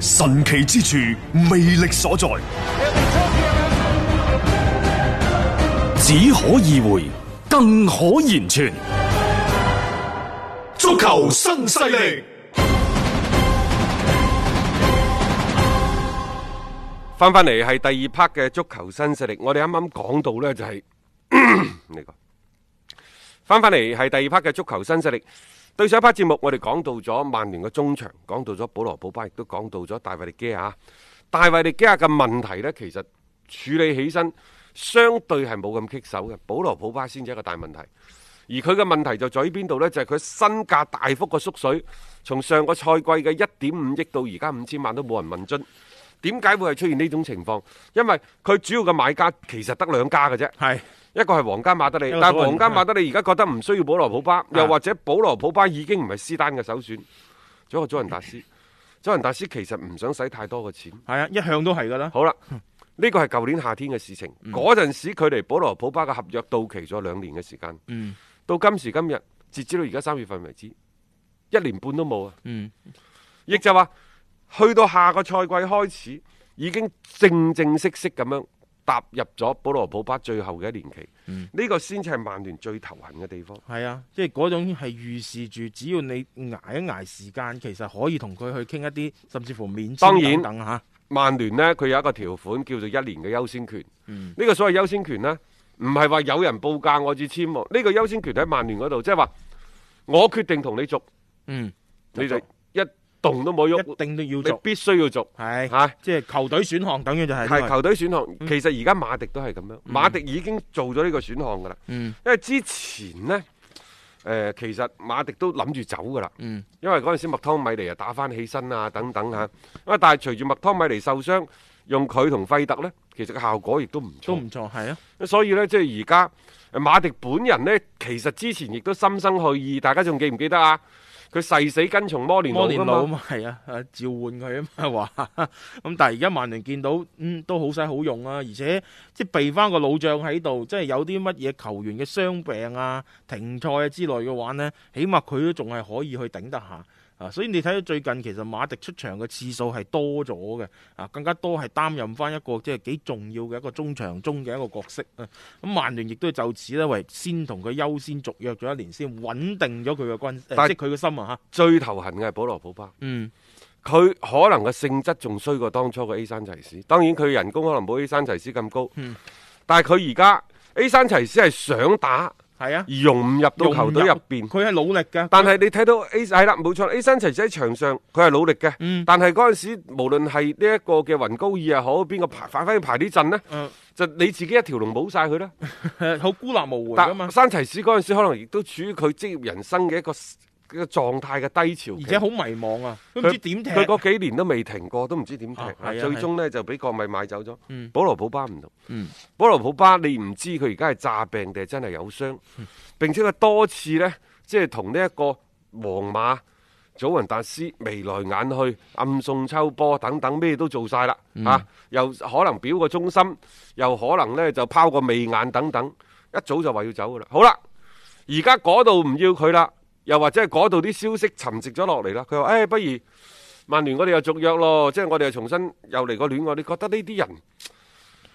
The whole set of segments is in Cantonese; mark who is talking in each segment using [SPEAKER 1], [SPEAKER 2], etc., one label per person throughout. [SPEAKER 1] 神奇之處，魅力所在，
[SPEAKER 2] 只可意會，更可言傳。
[SPEAKER 1] 足球新勢力。
[SPEAKER 3] 翻翻嚟係第二 part 嘅足球新勢力，我哋啱啱講到呢，就係 呢個翻翻嚟係第二 part 嘅足球新勢力。對上一 part 節目，我哋講到咗曼聯嘅中場，講到咗保羅保巴，亦都講到咗大衛利基亞。大衛利基亞嘅問題呢，其實處理起身相對係冇咁棘手嘅，保羅保巴先至係一個大問題。而佢嘅問題就在於邊度呢？就係、佢身價大幅嘅縮水，從上個賽季嘅一點五億到而家五千萬都冇人問津。點解會係出現呢種情況？因為佢主要嘅買家其實得兩家嘅啫，
[SPEAKER 4] 係
[SPEAKER 3] 一個係皇家馬德里
[SPEAKER 4] 一，個
[SPEAKER 3] 但係
[SPEAKER 4] 蘇寧
[SPEAKER 3] 皇家馬德里而家覺得唔需要保羅普巴，又或者保羅普巴已經唔係斯丹嘅首選，仲有一個佐仁達斯，佐仁達斯其實唔想使太多嘅錢。
[SPEAKER 4] 嗯係啊，一向都係噶啦。嗯
[SPEAKER 3] 好啦，呢個係舊年夏天嘅事情，嗰陣、時距離保羅普巴嘅合約到期咗兩年嘅時間，
[SPEAKER 4] 嗯
[SPEAKER 3] 到今時今日，截止到而家三月份為止，一年半都冇啊！
[SPEAKER 4] 嗯，
[SPEAKER 3] 亦就話去到下個賽季開始，已經正正式式咁樣踏入咗保羅普巴最後嘅一年期。
[SPEAKER 4] 嗯
[SPEAKER 3] 呢、個先至係曼聯最頭痕嘅地方。
[SPEAKER 4] 係啊，即係嗰種係預示住，只要你捱一捱時間，其實可以同佢去傾一啲，甚至乎免簽
[SPEAKER 3] 當然
[SPEAKER 4] 等等嚇。
[SPEAKER 3] 曼聯呢，佢有一個條款叫做一年嘅優先權。呢、
[SPEAKER 4] 嗯
[SPEAKER 3] 個所謂優先權呢，唔係話有人報價我至簽喎。呢、個優先權喺曼聯嗰度，即係話我決定同你續，
[SPEAKER 4] 嗯，
[SPEAKER 3] 你就一動都冇
[SPEAKER 4] 一
[SPEAKER 3] 喐，
[SPEAKER 4] 定都要
[SPEAKER 3] 你
[SPEAKER 4] 做，
[SPEAKER 3] 必須要續。
[SPEAKER 4] 係
[SPEAKER 3] 嚇
[SPEAKER 4] 即係球隊選項，等於就係
[SPEAKER 3] 係
[SPEAKER 4] 呢個
[SPEAKER 3] 球隊選項，
[SPEAKER 4] 嗯
[SPEAKER 3] 其實而家馬迪都係咁樣，馬迪已經做咗呢個選項㗎啦。
[SPEAKER 4] 嗯
[SPEAKER 3] 因為之前呢，誒、呃其實馬迪都諗住走㗎啦，
[SPEAKER 4] 嗯
[SPEAKER 3] 因為嗰陣時麥湯米尼啊打翻起身啊等等嚇，咁啊但係隨住麥湯米尼受傷，用佢同費特呢，其實個效果亦都唔
[SPEAKER 4] 都
[SPEAKER 3] 錯。
[SPEAKER 4] 唔錯，係啊，
[SPEAKER 3] 所以呢，即係而家呃馬迪本人呢，其實之前亦都心生去意，大家仲記唔記得啊？佢誓死跟從摩連奴
[SPEAKER 4] 摩連
[SPEAKER 3] 㗎
[SPEAKER 4] 奴啊
[SPEAKER 3] 嘛。
[SPEAKER 4] 嘛，係啊，啊召喚佢啊嘛 話，咁但係而家曼聯見到，嗯，都好使好用啊，而且即係備翻個老將喺度，即係有啲乜嘢球員嘅傷病啊、停賽啊之類嘅話呢，起碼佢都仲係可以去頂得下。啊，所以你睇到最近其實馬迪出場嘅次數係多咗嘅，啊更加多係擔任翻一個即係幾重要嘅一個中場中嘅一個角色啊。咁曼聯亦都就此呢，為先同佢優先續約咗一年先，穩定咗佢嘅軍，呃
[SPEAKER 3] 但
[SPEAKER 4] 即係佢嘅心啊嚇。
[SPEAKER 3] 最頭痕嘅係保羅普巴。
[SPEAKER 4] 嗯，
[SPEAKER 3] 佢可能嘅性質仲衰過當初嘅 A 山齊斯，當然佢人工可能冇 A 山齊斯咁高，
[SPEAKER 4] 嗯
[SPEAKER 3] 但係佢而家 A 山齊斯係想打
[SPEAKER 4] 係啊
[SPEAKER 3] 而。融唔入到球隊入邊。
[SPEAKER 4] 佢係努力噶，
[SPEAKER 3] 但係你睇到 A 係啦，冇錯，A 山齊斯喺場上佢係努力嘅，
[SPEAKER 4] 嗯
[SPEAKER 3] 但係嗰陣時無論係呢一個嘅雲高爾又好，邊個排反反排呢陣呢，
[SPEAKER 4] 嗯
[SPEAKER 3] 就你自己一條龍冇晒佢啦。
[SPEAKER 4] 誒 好孤立無援噶
[SPEAKER 3] 但
[SPEAKER 4] 嘛，
[SPEAKER 3] 山齊斯嗰陣時可能亦都處於佢職業人生嘅一個嘅狀態嘅低潮期
[SPEAKER 4] 而且好迷茫啊，都唔知點踢。
[SPEAKER 3] 佢嗰幾年都未停過，都唔知點踢。
[SPEAKER 4] 啊係啊
[SPEAKER 3] 最終呢就俾國米買走咗。
[SPEAKER 4] 嗯
[SPEAKER 3] 保羅普巴唔同。
[SPEAKER 4] 嗯
[SPEAKER 3] 保羅普巴你唔知佢而家係詐病定係真係有傷，
[SPEAKER 4] 嗯
[SPEAKER 3] 並且佢多次呢，即係同呢一個皇馬、祖雲達斯眉來眼去、暗送秋波等等，咩都做晒啦
[SPEAKER 4] 嗯
[SPEAKER 3] 嚇，又可能表個忠心，又可能呢就拋個媚眼等等，一早就話要走噶啦。好啦，而家嗰度唔要佢啦，又或者係嗰度啲消息沉寂咗落嚟啦，佢話：，誒、哎不如曼聯我哋又續約咯，即係我哋又重新又嚟過戀愛。你覺得呢啲人？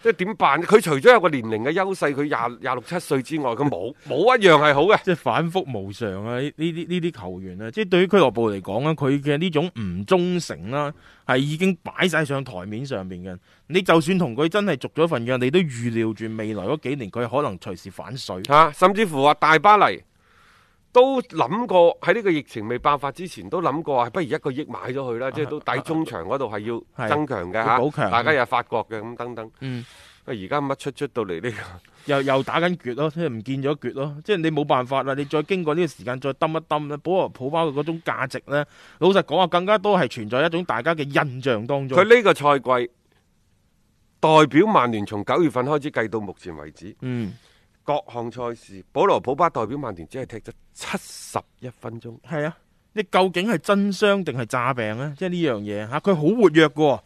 [SPEAKER 3] 即係點辦？佢除咗有個年齡嘅優勢，佢廿廿六七歲之外，佢冇冇一樣係好嘅。
[SPEAKER 4] 即係反覆無常啊！呢呢啲呢啲球員啊，即係對於俱樂部嚟講咧，佢嘅呢種唔忠誠啦，係已經擺晒上台面上邊嘅。你就算同佢真係續咗份約，你都預料住未來嗰幾年佢可能隨時反水。
[SPEAKER 3] 嚇、甚至乎話大巴黎都諗過喺呢個疫情未爆發之前，都諗過話不如一個億買咗佢啦，即係都底中場嗰度係要
[SPEAKER 4] 係
[SPEAKER 3] 增強嘅
[SPEAKER 4] 要
[SPEAKER 3] 嚇，
[SPEAKER 4] 補強
[SPEAKER 3] 大家又係法國嘅咁等等。
[SPEAKER 4] 嗯，
[SPEAKER 3] 喂而家乜出出到嚟呢、
[SPEAKER 4] 又又打緊橛咯，即係唔見咗橛咯，即係你冇辦法啦。你再經過呢個時間再揼一揼咧，保羅普巴嘅嗰種價值咧，老實講啊，更加多係存在一種大家嘅印象當中。
[SPEAKER 3] 個？佢呢個賽季代表曼聯從九月份開始計到目前為止，
[SPEAKER 4] 嗯，
[SPEAKER 3] 各項賽事保羅普巴代表曼聯只係踢咗七十一分鐘。
[SPEAKER 4] 係啊，你究竟係真傷定係詐病咧？即係呢樣嘢嚇，佢好活躍嘅喎。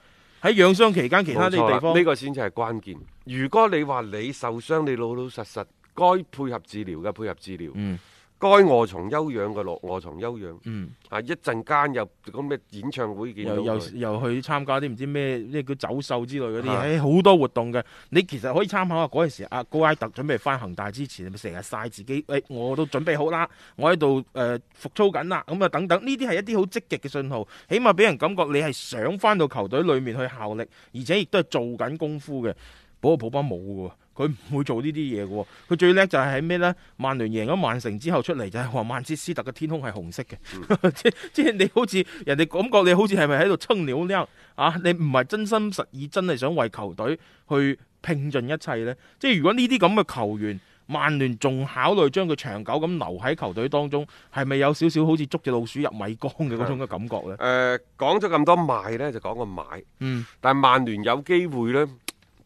[SPEAKER 4] 喺養傷期間，其他呢
[SPEAKER 3] 冇錯
[SPEAKER 4] 啲
[SPEAKER 3] 啦
[SPEAKER 4] 地方
[SPEAKER 3] 呢個先至係關鍵。如果你話你受傷，你老老實實該配合治療嘅配合治療，
[SPEAKER 4] 嗯
[SPEAKER 3] 該臥床休養嘅落臥床休養，
[SPEAKER 4] 嗯，
[SPEAKER 3] 啊一陣間又咁咩演唱會見到
[SPEAKER 4] 又又
[SPEAKER 3] 佢
[SPEAKER 4] 又去參加啲唔知咩咩叫走秀之類嗰啲，
[SPEAKER 3] 啊
[SPEAKER 4] 唉好多活動嘅。你其實可以參考下嗰陣時，阿高埃特準備翻恒大之前，咪成日晒自己，誒我都準備好啦，我喺度誒復操緊啦，咁啊等等，呢啲係一啲好積極嘅信號，起碼俾人感覺你係想翻到球隊裡面去效力，而且亦都係做緊功夫嘅。保羅普巴冇嘅喎，佢唔會做呢啲嘢嘅喎。佢最叻就係喺咩呢？曼聯贏咗曼城之後出嚟就係話曼徹斯特嘅天空係紅色嘅， 即即係你好似人哋感覺你好似係咪喺度蹭料呢？啊，你唔係真心實意，真係想為球隊去拼盡一切呢。即係如果呢啲咁嘅球員，曼聯仲考慮將佢長久咁留喺球隊當中，係咪有少少好似捉隻老鼠入米缸嘅嗰種嘅感覺呢？
[SPEAKER 3] 誒講咗咁多賣呢，就講個買，
[SPEAKER 4] 嗯，
[SPEAKER 3] 但係曼聯有機會呢，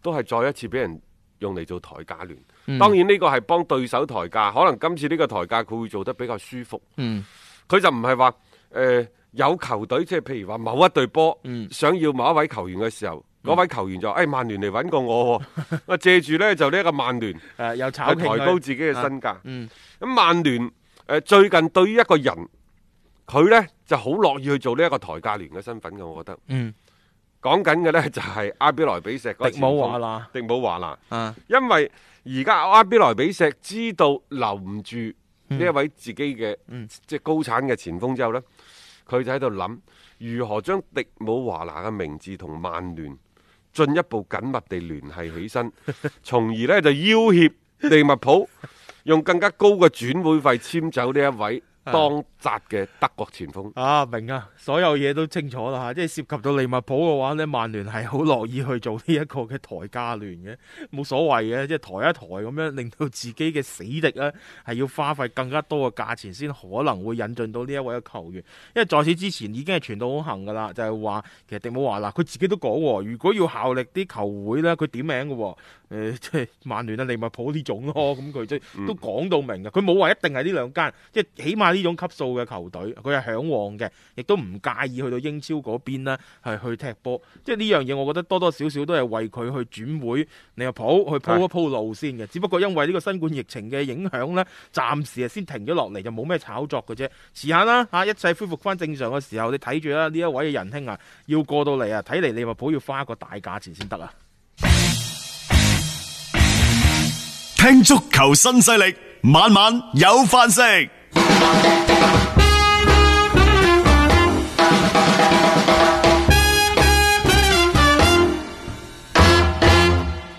[SPEAKER 3] 都係再一次俾人用嚟做抬價聯。
[SPEAKER 4] 嗯
[SPEAKER 3] 當然呢個係幫對手抬價，可能今次呢個抬價佢會做得比較舒服。
[SPEAKER 4] 嗯
[SPEAKER 3] 佢就唔係話誒有球隊，即係譬如話某一隊波、
[SPEAKER 4] 嗯
[SPEAKER 3] 想要某一位球員嘅時候，嗰、位球員就誒、哎曼聯嚟揾過我 喎，啊借住呢就呢一個曼聯去
[SPEAKER 4] 誒又炒
[SPEAKER 3] 抬
[SPEAKER 4] 興佢
[SPEAKER 3] 高自己嘅身價。咁、
[SPEAKER 4] 嗯
[SPEAKER 3] 曼聯誒、呃最近對於一個人，佢呢就好樂意去做呢一個抬價聯嘅身份嘅，我覺得
[SPEAKER 4] 嗯
[SPEAKER 3] 講緊嘅呢就係阿比萊比錫嗰個
[SPEAKER 4] 迪姆華
[SPEAKER 3] 前鋒
[SPEAKER 4] 啦
[SPEAKER 3] 迪姆華拿。
[SPEAKER 4] 啊
[SPEAKER 3] 因為而家阿比萊比錫知道留唔住呢一位自己嘅、
[SPEAKER 4] 嗯
[SPEAKER 3] 即係高產嘅前鋒之後呢，佢就喺度諗如何將迪姆華拿嘅名字同曼聯進一步緊密地聯繫起身，從而呢就要挾利物浦用更加高嘅轉會費簽走呢一位當紮嘅德國前鋒。
[SPEAKER 4] 啊，明啊，所有嘢都清楚啦吓，即係涉及到利物浦嘅話呢曼聯係好樂意去做呢一個嘅抬價聯嘅，冇所謂嘅，即係抬一抬咁樣，令到自己嘅死敵呢係要花費更加多嘅價錢先可能會引進到呢一位嘅球員，因為在此之前已經係傳到好行噶啦，就係、話其實迪姆華嗱，佢自己都講喎，如果要效力啲球會呢，佢點名嘅喎，誒即係曼聯啊、利物浦呢種咯，咁佢即係
[SPEAKER 3] 嗯
[SPEAKER 4] 都講到明嘅，佢冇話一定係呢兩間，即係起碼呢種級數嘅球隊，佢係向往嘅，亦都唔介意去到英超嗰邊呢，係去踢波，即係呢樣嘢，我覺得多多少少都係為佢去轉會利物浦去鋪一鋪路先嘅，只不過因為呢個新冠疫情嘅影響呢，暫時啊先停咗落嚟，就冇咩炒作嘅啫。遲下啦嚇，一切恢復翻正常嘅時候，你睇住啦，呢一位嘅仁兄啊，要過到嚟啊，睇嚟利物浦要花一個大價錢先得啊！
[SPEAKER 1] 聽足球新勢力，晚晚有飯食。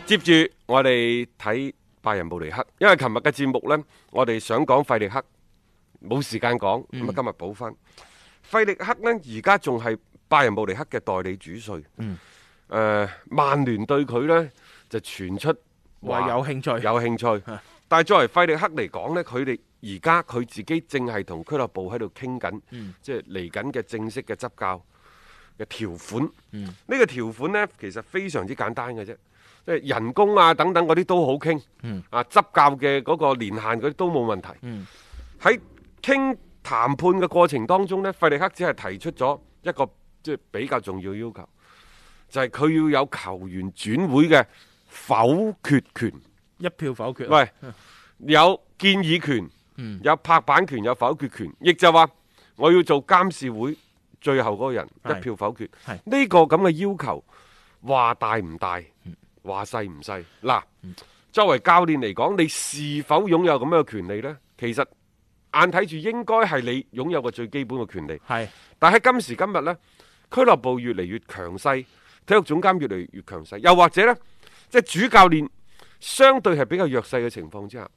[SPEAKER 3] 接住我哋睇拜仁慕尼黑，因為琴日嘅節目呢，我哋想講費力克，冇時間講，咁啊、
[SPEAKER 4] 嗯
[SPEAKER 3] 今日補翻。費力克呢，而家仲係拜仁慕尼黑嘅代理主帥。嗯。誒、曼聯對佢呢，就傳出
[SPEAKER 4] 話有興趣
[SPEAKER 3] 有興趣。但係作為費力克嚟講呢，佢哋而家佢自己正係同俱樂部喺度傾緊，
[SPEAKER 4] 嗯
[SPEAKER 3] 即係嚟緊嘅正式嘅執教嘅條款。
[SPEAKER 4] 嗯
[SPEAKER 3] 呢、個條款呢，其實非常之簡單嘅啫，即係人工啊等等嗰啲都好傾。啊，執教嘅嗰個年限嗰啲都冇問題。喺傾談判嘅過程當中呢，費力克只係提出咗一個即係比較重要要求，就係、佢要有球員轉會嘅否決權。
[SPEAKER 4] 一票否決啊。
[SPEAKER 3] 喂，有建議權，有拍板權，有否決權，亦就話我要做監事會最後嗰個人
[SPEAKER 4] 係
[SPEAKER 3] 一票否決。
[SPEAKER 4] 係
[SPEAKER 3] 呢個咁嘅要求話大唔大，話細唔細？嗱，作為教練嚟講，你是否擁有咁樣嘅權利呢？其實眼睇住應該係你擁有嘅最基本嘅權利。
[SPEAKER 4] 係
[SPEAKER 3] 但喺今時今日呢，俱樂部越嚟越強勢，體育總監越嚟越強勢，又或者呢，即係主教練相對係比較弱勢嘅情況之下，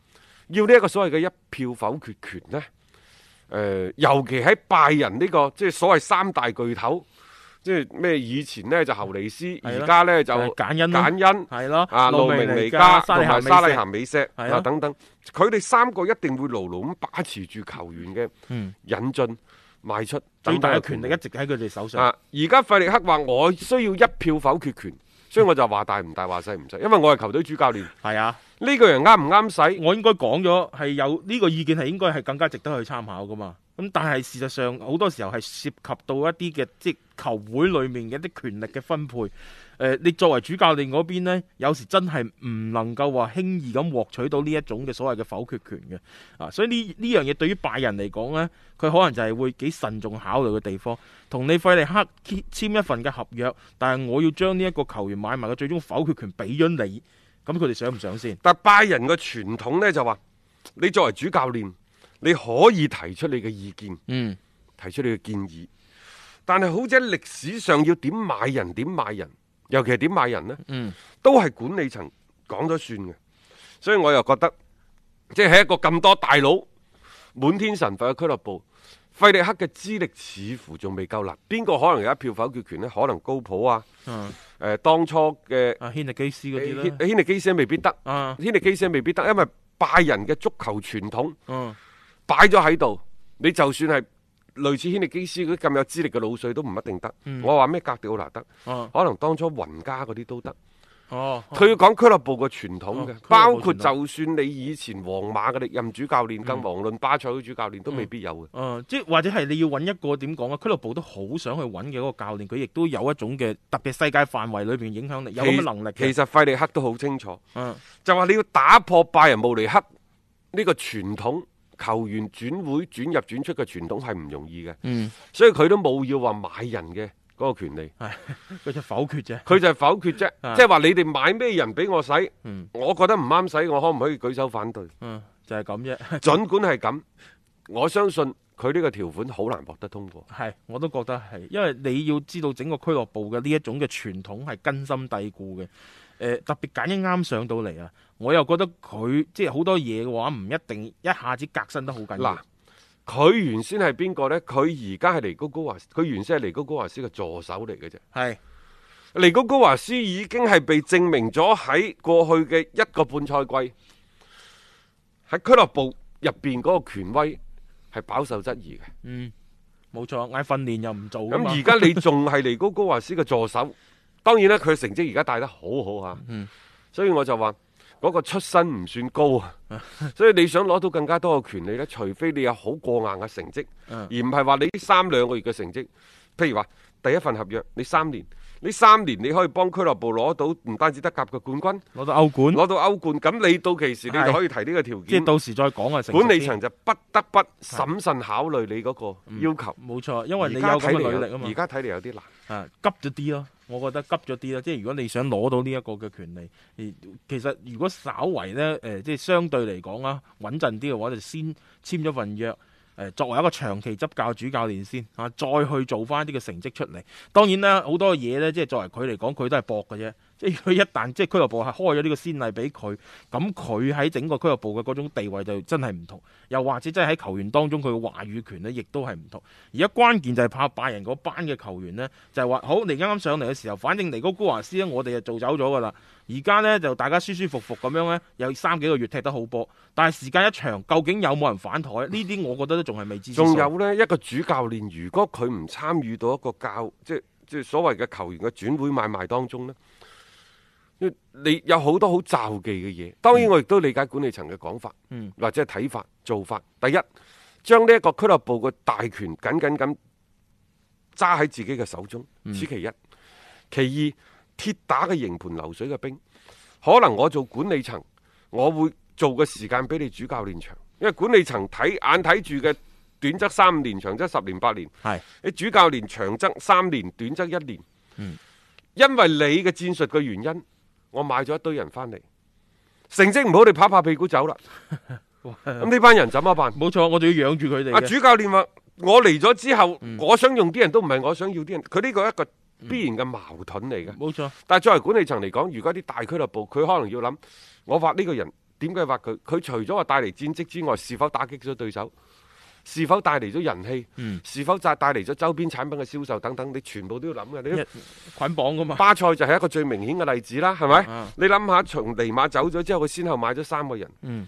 [SPEAKER 3] 要呢一個所謂嘅一票否決權呢，呃尤其喺拜仁呢、個即係所謂三大巨頭，即係咩以前呢就侯尼斯，
[SPEAKER 4] 係啦
[SPEAKER 3] 而家呢就
[SPEAKER 4] 誒簡恩啦
[SPEAKER 3] 簡恩
[SPEAKER 4] 係咯，
[SPEAKER 3] 啊，
[SPEAKER 4] 路
[SPEAKER 3] 路
[SPEAKER 4] 明
[SPEAKER 3] 明尼
[SPEAKER 4] 尼
[SPEAKER 3] 加
[SPEAKER 4] 加、
[SPEAKER 3] 同
[SPEAKER 4] 沙利鹹
[SPEAKER 3] 埋沙利
[SPEAKER 4] 美
[SPEAKER 3] 咸美石
[SPEAKER 4] 係啊
[SPEAKER 3] 啊等等，佢哋三個一定會牢牢咁把持住球員嘅
[SPEAKER 4] 嗯
[SPEAKER 3] 引進、賣出
[SPEAKER 4] 最
[SPEAKER 3] 等等
[SPEAKER 4] 大嘅
[SPEAKER 3] 權
[SPEAKER 4] 權力一直喺佢哋手上。
[SPEAKER 3] 啊！而家費力克話我需要一票否決權，所以我就話大唔大，話細唔細，因為我係球隊主教練，
[SPEAKER 4] 係啊，
[SPEAKER 3] 呢個人啱唔啱使？
[SPEAKER 4] 我應該講咗係有呢個意見係應該係更加值得去參考噶嘛。咁但係事實上好多時候係涉及到一啲嘅即係球會裏面嘅一啲權力嘅分配。誒、你作為主教練嗰邊呢，有時真係唔能夠話輕易咁獲取到呢一種嘅所謂嘅否決權嘅啊，所以呢呢樣嘢對於拜仁嚟講呢，佢可能就係會幾慎重考慮嘅地方。同你費利克簽簽一份嘅合約，但係我要將呢一個球員買賣嘅最終否決權俾咗你，咁佢哋想唔想先？
[SPEAKER 3] 但拜仁嘅傳統呢，就話，你作為主教練，你可以提出你嘅意見，
[SPEAKER 4] 嗯，
[SPEAKER 3] 提出你嘅建議，但係好似喺歷史上要點買人點買人，尤其係點買人呢？
[SPEAKER 4] 嗯，
[SPEAKER 3] 都係管理層講咗算嘅，所以我又覺得，即係喺一個咁多大佬滿天神佛嘅俱樂部，費力克嘅資歷似乎仲未夠立，邊個可能有一票否決權呢？可能高普啊，
[SPEAKER 4] 啊
[SPEAKER 3] 誒、當初嘅
[SPEAKER 4] 阿啊軒力基斯嗰啲
[SPEAKER 3] 軒
[SPEAKER 4] 啦，
[SPEAKER 3] 軒尼基斯未必得，
[SPEAKER 4] 啊，
[SPEAKER 3] 軒尼基斯未必得，因為拜仁嘅足球傳統。
[SPEAKER 4] 嗯，
[SPEAKER 3] 擺咗喺度，你就算係類似軒尼基斯嗰啲咁有資歷嘅老帥都唔一定得。
[SPEAKER 4] 嗯
[SPEAKER 3] 我話咩格迪奧拿德，
[SPEAKER 4] 哦
[SPEAKER 3] 可能當初雲加嗰啲都得。
[SPEAKER 4] 哦，
[SPEAKER 3] 佢要講俱樂部嘅傳統嘅，
[SPEAKER 4] 哦
[SPEAKER 3] 包括
[SPEAKER 4] 俱樂
[SPEAKER 3] 就算你以前皇馬嘅歷任主教練，
[SPEAKER 4] 嗯
[SPEAKER 3] 更遑論巴塞嘅主教練都未必有嘅。
[SPEAKER 4] 誒，哦即係或者係你要揾一個點講啊，俱樂部都好想去揾嘅嗰個教練，佢亦都有一種嘅特別世界範圍裏邊影響力，有咁嘅能力
[SPEAKER 3] 其
[SPEAKER 4] 嘅。
[SPEAKER 3] 實費利克都好清楚，
[SPEAKER 4] 嗯，
[SPEAKER 3] 就話你要打破拜仁慕尼黑呢個傳統，球員轉會轉入轉出嘅傳統係唔容易嘅，
[SPEAKER 4] 嗯，
[SPEAKER 3] 所以佢都冇要話買人嘅嗰個權利。
[SPEAKER 4] 佢就否決啫。
[SPEAKER 3] 佢就係否決
[SPEAKER 4] 啊
[SPEAKER 3] 啫，即係話你哋買咩人俾我使
[SPEAKER 4] 嗯，
[SPEAKER 3] 我覺得唔啱使，我可唔可以舉手 反對？
[SPEAKER 4] 嗯，就係咁啫。
[SPEAKER 3] 儘管係咁，我相信佢呢個條款好難獲得通過。
[SPEAKER 4] 係，我都覺得係，因為你要知道整個俱樂部嘅呢一種嘅傳統係根深蒂固嘅。誒、特別簡一啱上到嚟啊，我又覺得佢即係好多嘢嘅話，唔一定一下子革新得好緊要。
[SPEAKER 3] 嗱，佢原先係邊個呢？佢而家係尼高高華，佢原先係尼高高華斯嘅助手嚟嘅啫。
[SPEAKER 4] 係
[SPEAKER 3] 尼高高華斯已經係被證明咗喺過去嘅一個半賽季喺俱樂部入邊嗰個權威係飽受質疑嘅。
[SPEAKER 4] 冇錯，嗌訓練又唔做㗎
[SPEAKER 3] 咁
[SPEAKER 4] 嘛
[SPEAKER 3] 而家你仲係尼高高華斯嘅助手，當然啦，佢成績而家帶得好好嚇，
[SPEAKER 4] 嗯
[SPEAKER 3] 所以我就話嗰、個出身唔算高啊，
[SPEAKER 4] 嗯
[SPEAKER 3] 所以你想攞到更加多嘅權利呢，除非你有好過硬嘅成績，
[SPEAKER 4] 嗯
[SPEAKER 3] 而唔係話你呢三兩個月嘅成績，譬如話第一份合約你三年，呢三年你可以幫俱樂部攞到唔單止德甲嘅冠軍，
[SPEAKER 4] 攞到歐冠，
[SPEAKER 3] 攞到歐冠，咁你到期時你
[SPEAKER 4] 係
[SPEAKER 3] 就可以提呢個條
[SPEAKER 4] 即係
[SPEAKER 3] 件，
[SPEAKER 4] 到時再講啊。成熟啲
[SPEAKER 3] 管理層就不得不審慎考慮你嗰個要求。
[SPEAKER 4] 冇錯，嗯因為你有
[SPEAKER 3] 而
[SPEAKER 4] 咁
[SPEAKER 3] 家
[SPEAKER 4] 嘅
[SPEAKER 3] 睇嚟有
[SPEAKER 4] 履歷啊嘛
[SPEAKER 3] 而。家睇嚟有啲難。
[SPEAKER 4] 啊，急咗啲咯，我覺得急咗啲啦。即係如果你想攞到呢一個嘅權利，而其實如果稍為呢，誒、即係相對嚟講啊，穩陣啲嘅話，就先簽咗份約。誒作為一個長期執教主教練先啊，再去做翻啲嘅成績出嚟。當然啦，好多嘢呢，即係作為佢嚟講，佢都係搏嘅啫。 即係佢一旦即係俱樂部係啊開咗呢個先例俾佢，咁佢喺整個俱樂部嘅嗰種地位就真係唔同。又或者真係喺球員當中佢嘅話語權呢，亦都係唔同。而家關鍵就係怕拜仁嗰班嘅球員呢，就係、話好你啱啱上嚟嘅時候，反正尼高高華斯呢，我哋就做走咗㗎啦。而家呢，就大家舒舒服服咁樣呢，有三幾個月踢得好波，但係時間一長，究竟有冇人反台？呢啲我覺得都仲係未知之數。
[SPEAKER 3] 仲有呢一個主教練，如果佢唔參與到一個教即係即係所謂嘅球員嘅轉會買賣當中呢，因為你有好多好罩忌嘅嘢。當然，我亦都理解管理層嘅講法，
[SPEAKER 4] 嗯
[SPEAKER 3] 或者係睇法、做法。第一，將呢一個俱樂部嘅大權緊緊咁揸喺自己嘅手中，
[SPEAKER 4] 嗯
[SPEAKER 3] 此其一。其二，鐵打嘅營盤流水嘅兵，可能我做管理層，我會做嘅時間比你主教練長，因為管理層睇眼睇住嘅短則三年，長則十年八年。
[SPEAKER 4] 係
[SPEAKER 3] 你主教
[SPEAKER 4] 嗯
[SPEAKER 3] 練長則三年，短則一年。因為你嘅戰術嘅原因，我買咗一堆人翻嚟，成績唔好，你拍拍屁股走啦。咁呢班人怎麼辦？
[SPEAKER 4] 嗯冇錯，我仲要養住佢哋
[SPEAKER 3] 啊，
[SPEAKER 4] 嘅。
[SPEAKER 3] 主教練話：我嚟咗之後，
[SPEAKER 4] 嗯
[SPEAKER 3] 我想用啲人都唔係我想要啲人，佢呢個一個必然嘅矛盾嚟嘅。
[SPEAKER 4] 冇錯，
[SPEAKER 3] 但係作為管理層嚟講，如果啲大俱樂部，佢可能要諗，我挖呢個人點解挖佢？佢除咗話帶嚟戰績之外，是否打擊咗對手？是否帶嚟咗人氣？
[SPEAKER 4] 嗯
[SPEAKER 3] 是否帶帶嚟咗周邊產品嘅銷售等等？你全部都要諗嘅。你都
[SPEAKER 4] 一捆綁噶嘛。
[SPEAKER 3] 巴塞就係一個最明顯嘅例子啦，係咪？
[SPEAKER 4] 啊
[SPEAKER 3] 你諗下，從尼馬走咗之後，佢先後買咗三個人：
[SPEAKER 4] 嗯，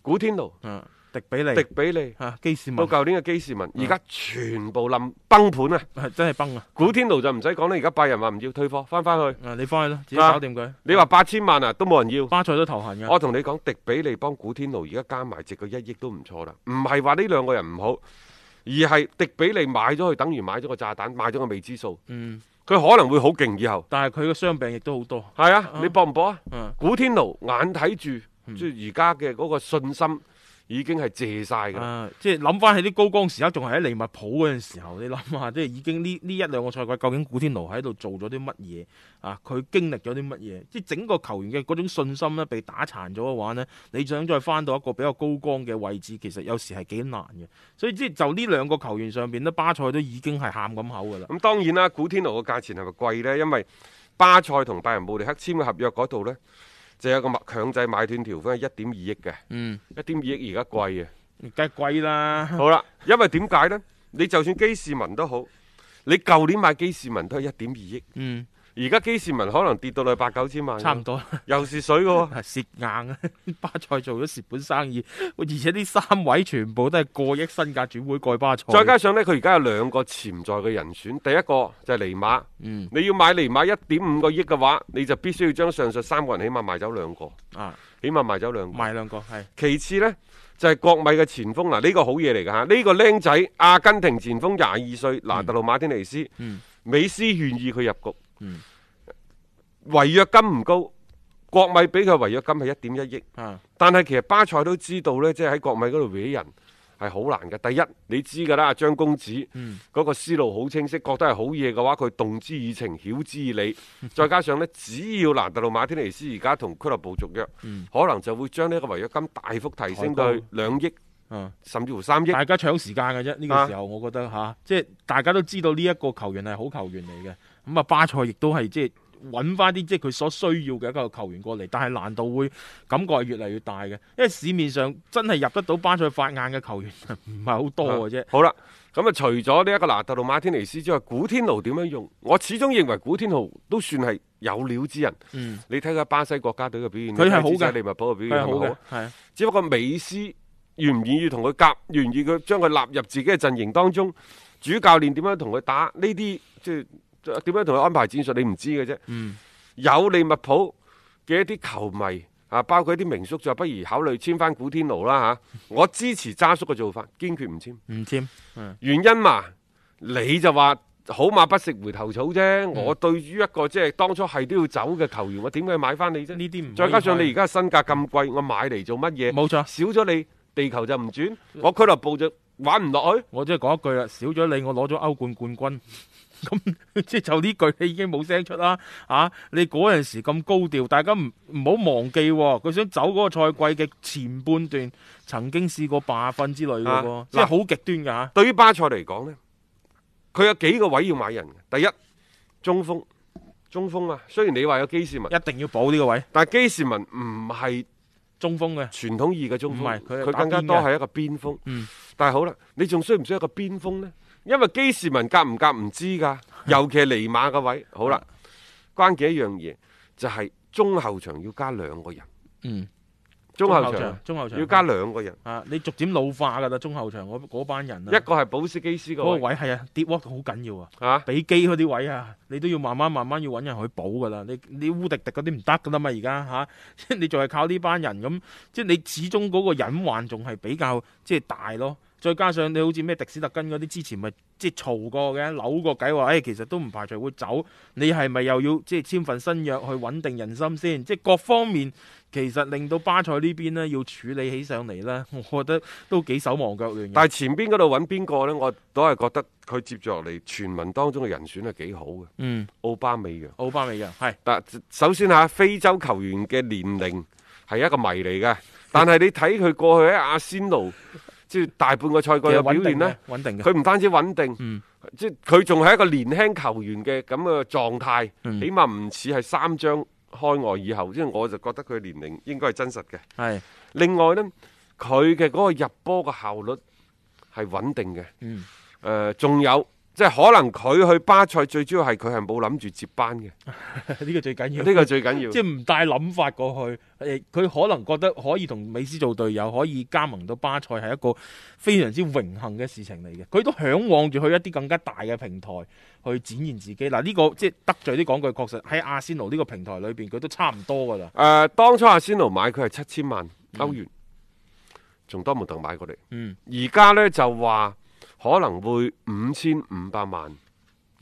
[SPEAKER 3] 古天奴、
[SPEAKER 4] 啊，迪比利，
[SPEAKER 3] 迪比利，
[SPEAKER 4] 啊，基士
[SPEAKER 3] 到
[SPEAKER 4] 文，
[SPEAKER 3] 舊年嘅基士
[SPEAKER 4] 嗯
[SPEAKER 3] 文，而家全部冧崩盤啊！
[SPEAKER 4] 啊真係崩啊！
[SPEAKER 3] 古天奴就唔使講啦，而家拜仁話唔要退貨，翻翻去。
[SPEAKER 4] 啊，你翻去啦，自己搞掂佢。
[SPEAKER 3] 你話八千萬啊，都冇人要。
[SPEAKER 4] 巴塞都頭痕嘅。
[SPEAKER 3] 我同你講，迪比利幫古天奴而家加埋值個一億都唔錯啦。唔係話呢兩個人唔好，而係迪比利買咗佢，等於買咗個炸彈，買咗個未知數。
[SPEAKER 4] 嗯，
[SPEAKER 3] 佢可能會好勁以後。
[SPEAKER 4] 但係佢嘅傷病亦都好多。
[SPEAKER 3] 係啊，你搏唔搏啊？
[SPEAKER 4] 嗯，
[SPEAKER 3] 古天奴眼睇住，即係而家嘅嗰個信心已經係借晒㗎啦。
[SPEAKER 4] 啊，即係諗翻起啲高光時刻，仲係喺利物浦嗰陣時候，你諗下，即係 已經呢呢一兩個賽季，究竟古天奴喺度做咗啲乜嘢啊？佢經歷咗啲乜嘢？即係整個球員嘅嗰種信心咧，被打殘咗嘅話呢，你想再翻到一個比較高光嘅位置，其實有時係幾難嘅。所以即係就呢兩個球員上邊呢，巴塞都已經係喊咁口噶啦。
[SPEAKER 3] 咁當然啦，古天奴嘅價錢係咪貴呢？因為巴塞同拜仁慕尼黑簽嘅合約嗰度呢，就有個買強制買斷條款係一點二億嘅，
[SPEAKER 4] 嗯，
[SPEAKER 3] 一點二億而家貴啊嘅。
[SPEAKER 4] 梗係貴啦。
[SPEAKER 3] 好啦，因為點解呢？你就算基士文都好，你舊年買基士文都係一點二億，
[SPEAKER 4] 嗯，
[SPEAKER 3] 而家基士文可能跌到去八九千萬㗎，
[SPEAKER 4] 差唔多啦。
[SPEAKER 3] 又是水嘅 喎。
[SPEAKER 4] 係蝕硬啊！巴塞做咗蝕本生意，而且呢三位全部都係過億身價轉會過去巴塞。
[SPEAKER 3] 再加上呢，佢而家有兩個潛在嘅人選，第一個就係尼馬。
[SPEAKER 4] 嗯
[SPEAKER 3] 你要買尼馬一點五個億嘅話，你就必須要將上述三個人起碼賣走兩個，
[SPEAKER 4] 啊，
[SPEAKER 3] 起碼賣走兩個。
[SPEAKER 4] 賣兩個係
[SPEAKER 3] 其次呢，就係、國米嘅前鋒嗱，呢、個好嘢嚟㗎嚇，呢、個僆仔阿根廷前鋒廿二歲，拿特魯馬天尼斯，
[SPEAKER 4] 嗯
[SPEAKER 3] 美斯願意佢入局，
[SPEAKER 4] 嗯
[SPEAKER 3] 違約金唔高，國米俾佢違約金係一點一億，
[SPEAKER 4] 啊，
[SPEAKER 3] 但係其實巴塞都知道呢，即係喺國米嗰度搲人。係好難嘅。第一，你知㗎啦，張公子嗰、
[SPEAKER 4] 嗯
[SPEAKER 3] 個思路好清晰，覺得係好嘢嘅話，佢動之以情，曉之以理。
[SPEAKER 4] 嗯
[SPEAKER 3] 再加上呢，只要蘭特路馬天尼斯而家同俱樂部續約，
[SPEAKER 4] 嗯
[SPEAKER 3] 可能就會將呢一個違約金大幅提升到
[SPEAKER 4] 抬
[SPEAKER 3] 去兩億
[SPEAKER 4] 啊，
[SPEAKER 3] 甚至乎三億。
[SPEAKER 4] 大家搶時間嘅啫。呢、
[SPEAKER 3] 啊
[SPEAKER 4] 個時候我覺得吓、即係大家都知道呢一個球員係好球員嚟嘅。咁啊，巴塞亦都係即係揾翻啲即係佢所需要嘅一個球員過嚟，但係難度會感覺係越嚟越大嘅，因為市面上真係入得到巴塞法眼嘅球員唔係好多嘅啫。
[SPEAKER 3] 好啦，咁啊，除咗呢一個拿特路馬天尼斯之外，古天奴點樣用？我始終認為古天奴都算係有料之人。
[SPEAKER 4] 嗯，
[SPEAKER 3] 你睇下巴西國家隊嘅表現，
[SPEAKER 4] 佢係好嘅
[SPEAKER 3] 你睇下利物浦嘅
[SPEAKER 4] 佢
[SPEAKER 3] 表現
[SPEAKER 4] 係
[SPEAKER 3] 係
[SPEAKER 4] 好
[SPEAKER 3] 咪
[SPEAKER 4] 嘅
[SPEAKER 3] 啊，
[SPEAKER 4] 係啊
[SPEAKER 3] 只不過美斯願唔願意同佢夾，願唔願意佢將佢納入自己嘅陣營當中，主教練點樣同佢打呢啲，即係點樣同佢安排戰術，你唔知嘅啫。
[SPEAKER 4] 嗯
[SPEAKER 3] 有利物浦嘅一啲球迷啊，包括一啲名宿就話不如考慮簽翻古天奴啦嚇、我支持渣叔嘅做法，堅決唔簽。
[SPEAKER 4] 唔簽。
[SPEAKER 3] 原因嘛，你就話好馬不食回頭草啫。
[SPEAKER 4] 嗯
[SPEAKER 3] 我對於一個即係當初係都要走嘅球員，我點解買翻你啫？
[SPEAKER 4] 呢啲唔
[SPEAKER 3] 再加上
[SPEAKER 4] 可以
[SPEAKER 3] 你而家身價咁貴，我買嚟做乜嘢？
[SPEAKER 4] 嗯 冇嗯錯
[SPEAKER 3] 少咗你，地球就唔轉，我俱樂部就玩唔落去。
[SPEAKER 4] 我即係講一句啦，少咗你，我攞咗歐冠冠軍。咁 即係就呢句，你已經冇聲出啦。啊，你嗰陣時咁高調，大家唔唔好忘記喎、佢想走嗰個賽季嘅前半段，曾經試過罷訓之類嘅喎、
[SPEAKER 3] 啊
[SPEAKER 4] 即係好極端㗎嚇。
[SPEAKER 3] 對於巴塞嚟講呢，佢有幾個位要買人嘅。第一，中鋒，中鋒啊，雖然你話有基士文，
[SPEAKER 4] 一定要補呢個位，
[SPEAKER 3] 但係基士文唔係
[SPEAKER 4] 中鋒嘅。
[SPEAKER 3] 傳統意嘅中
[SPEAKER 4] 唔
[SPEAKER 3] 鋒
[SPEAKER 4] 係，佢係打
[SPEAKER 3] 更加
[SPEAKER 4] 邊
[SPEAKER 3] 多
[SPEAKER 4] 嘅
[SPEAKER 3] 係一個邊鋒。
[SPEAKER 4] 嗯
[SPEAKER 3] 但係好啦，你仲需唔需要一個邊鋒呢？因為基士文夾唔夾唔知 㗎，尤其係尼馬嘅位。好啦，
[SPEAKER 4] 嗯
[SPEAKER 3] 關鍵一樣嘢就係、中後場要加兩個人，
[SPEAKER 4] 嗯，
[SPEAKER 3] 中後場啊
[SPEAKER 4] 場，中後場
[SPEAKER 3] 要加兩個人，
[SPEAKER 4] 啊，你逐漸老化㗎啦，中後場嗰嗰班人啊，
[SPEAKER 3] 一個係保斯基斯個
[SPEAKER 4] 嗰個
[SPEAKER 3] 位
[SPEAKER 4] 位係啊，跌窩好緊要啊。
[SPEAKER 3] 啊，
[SPEAKER 4] 比基嗰啲位啊，你都要慢慢慢慢要揾人去補噶啦。你你烏迪迪嗰啲唔得噶啦嘛，而家嚇， 即係你仲係靠呢班人咁，即係你始終嗰個隱患仲係比較即係大咯。再加上你好似咩迪斯特根嗰啲之前咪即係嘈過嘅，扭過計話，誒、其實都唔排除會走。你係咪又要即係簽份新約去穩定人心先？即係各方面其實令到巴塞呢邊呢要處理起上嚟呢，我覺得都幾手忙腳亂嘅。
[SPEAKER 3] 但係前邊嗰度揾邊個呢？我都係覺得佢接住落嚟傳聞當中嘅人選係幾好嘅，
[SPEAKER 4] 嗯，
[SPEAKER 3] 奧巴美揚。
[SPEAKER 4] 奧巴美揚係
[SPEAKER 3] 嗱，首先嚇，非洲球員嘅年齡係一個謎 嚟嘅，但係你睇佢過去喺啊阿仙奴，即係大半個賽季嘅表現呢，
[SPEAKER 4] 穩定嘅，啊
[SPEAKER 3] 佢唔單止穩定，
[SPEAKER 4] 嗯
[SPEAKER 3] 即係佢仲係一個年輕球員嘅咁嘅狀態，
[SPEAKER 4] 嗯
[SPEAKER 3] 起碼唔似係三張開外以後，因為我就覺得佢年齡應該係真實嘅。
[SPEAKER 4] 係
[SPEAKER 3] 另外呢，佢嘅嗰個入波嘅效率係穩定嘅。誒、
[SPEAKER 4] 嗯
[SPEAKER 3] 仲有即係可能佢去巴塞最主要係佢係冇諗住接班嘅，
[SPEAKER 4] 呢個最緊要。
[SPEAKER 3] 呢個最緊要。
[SPEAKER 4] 即係唔帶諗法過去，誒佢可能覺得可以同美斯做隊友，可以加盟到巴塞係一個非常之榮幸嘅事情嚟嘅。佢都嚮往住去一啲更加大嘅平台去展現自己。嗱、呢、個即係得罪啲講句，確實喺阿仙奴呢個平台裏邊，佢都差唔多噶啦。
[SPEAKER 3] 誒、呃當初阿仙奴買佢係七千萬歐元，從多蒙特買過嚟。
[SPEAKER 4] 嗯，
[SPEAKER 3] 而家呢，就話可能會五千五百萬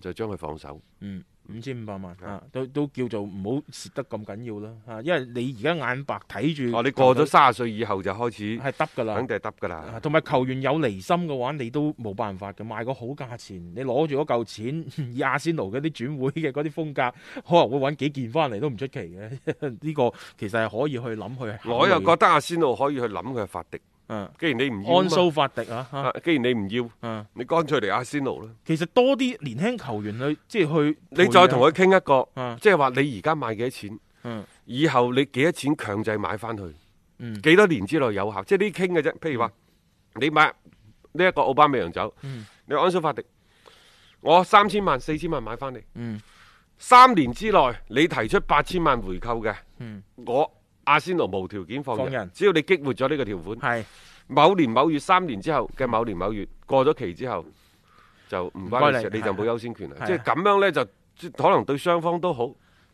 [SPEAKER 3] 就將佢放手。
[SPEAKER 4] 嗯五千五百萬啊，都都叫做唔好蝕得咁緊要啦嚇、啊因為你而家眼白睇住，
[SPEAKER 3] 哦，你過咗三十歲以後就開始
[SPEAKER 4] 係得㗎啦
[SPEAKER 3] 肯。定係得㗎
[SPEAKER 4] 啊
[SPEAKER 3] 啦。
[SPEAKER 4] 同埋球員有離心嘅話，你都冇辦法嘅。賣個好價錢，你攞住嗰嚿錢，以 阿仙奴嗰啲轉會嘅嗰啲風格，可能會揾幾件翻嚟都唔出奇嘅。 呢個其實係可以去諗去考慮嘅。
[SPEAKER 3] 我又覺得阿仙奴可以去諗佢嘅法迪，
[SPEAKER 4] 嗯，
[SPEAKER 3] 既然你唔要
[SPEAKER 4] 安
[SPEAKER 3] 嘛
[SPEAKER 4] 蘇法迪啊，嚇
[SPEAKER 3] 啊既然你唔要，
[SPEAKER 4] 嗯
[SPEAKER 3] 你乾脆嚟阿仙奴啦。
[SPEAKER 4] 其實多啲年輕球員去即係去，
[SPEAKER 3] 你再同佢，傾一個，
[SPEAKER 4] 嗯
[SPEAKER 3] 即係話你而家買幾多錢，
[SPEAKER 4] 嗯
[SPEAKER 3] 以後你幾多錢強制買翻去，
[SPEAKER 4] 嗯
[SPEAKER 3] 幾多年之內有效，即係呢啲傾嘅啫。譬如話，你買呢一個奧巴美揚走，
[SPEAKER 4] 嗯
[SPEAKER 3] 你安蘇法迪，我三千萬、四千萬買翻嚟，
[SPEAKER 4] 嗯
[SPEAKER 3] 三年之內你提出八千萬回購嘅，
[SPEAKER 4] 嗯
[SPEAKER 3] 我阿仙奴無條件放人，
[SPEAKER 4] 放人
[SPEAKER 3] 只要你激活咗呢個條款，
[SPEAKER 4] 係
[SPEAKER 3] 某年某月三年之後嘅某年某月過咗期之後，就唔關你事，
[SPEAKER 4] 唔該你
[SPEAKER 3] 你就冇優先權啦
[SPEAKER 4] 係。啊
[SPEAKER 3] 即係咁樣呢，就即可能對雙方都好，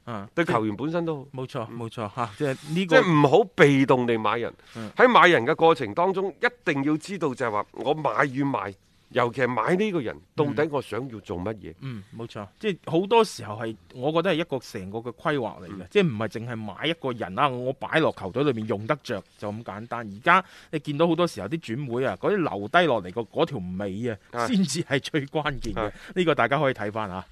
[SPEAKER 4] 嗯
[SPEAKER 3] 對球員本身都好，
[SPEAKER 4] 冇錯冇錯嚇，即係呢
[SPEAKER 3] 即
[SPEAKER 4] 個
[SPEAKER 3] 係唔好被動地買人
[SPEAKER 4] 嗯。
[SPEAKER 3] 喺買人嘅過程當中，一定要知道就係話我買與賣，尤其係買呢個人，到底我想要做乜嘢？
[SPEAKER 4] 嗯，冇錯，即係好多時候係，我覺得係一個成個嘅規劃嚟嘅，即係唔係淨係買一個人啊，我擺落球隊裏面用得着就咁簡單。而家你見到好多時候啲轉會啊，嗰啲留低落嚟個嗰條尾啊，
[SPEAKER 3] 係
[SPEAKER 4] 先至係最關鍵嘅。
[SPEAKER 3] 係
[SPEAKER 4] 呢個大家可以睇翻啊。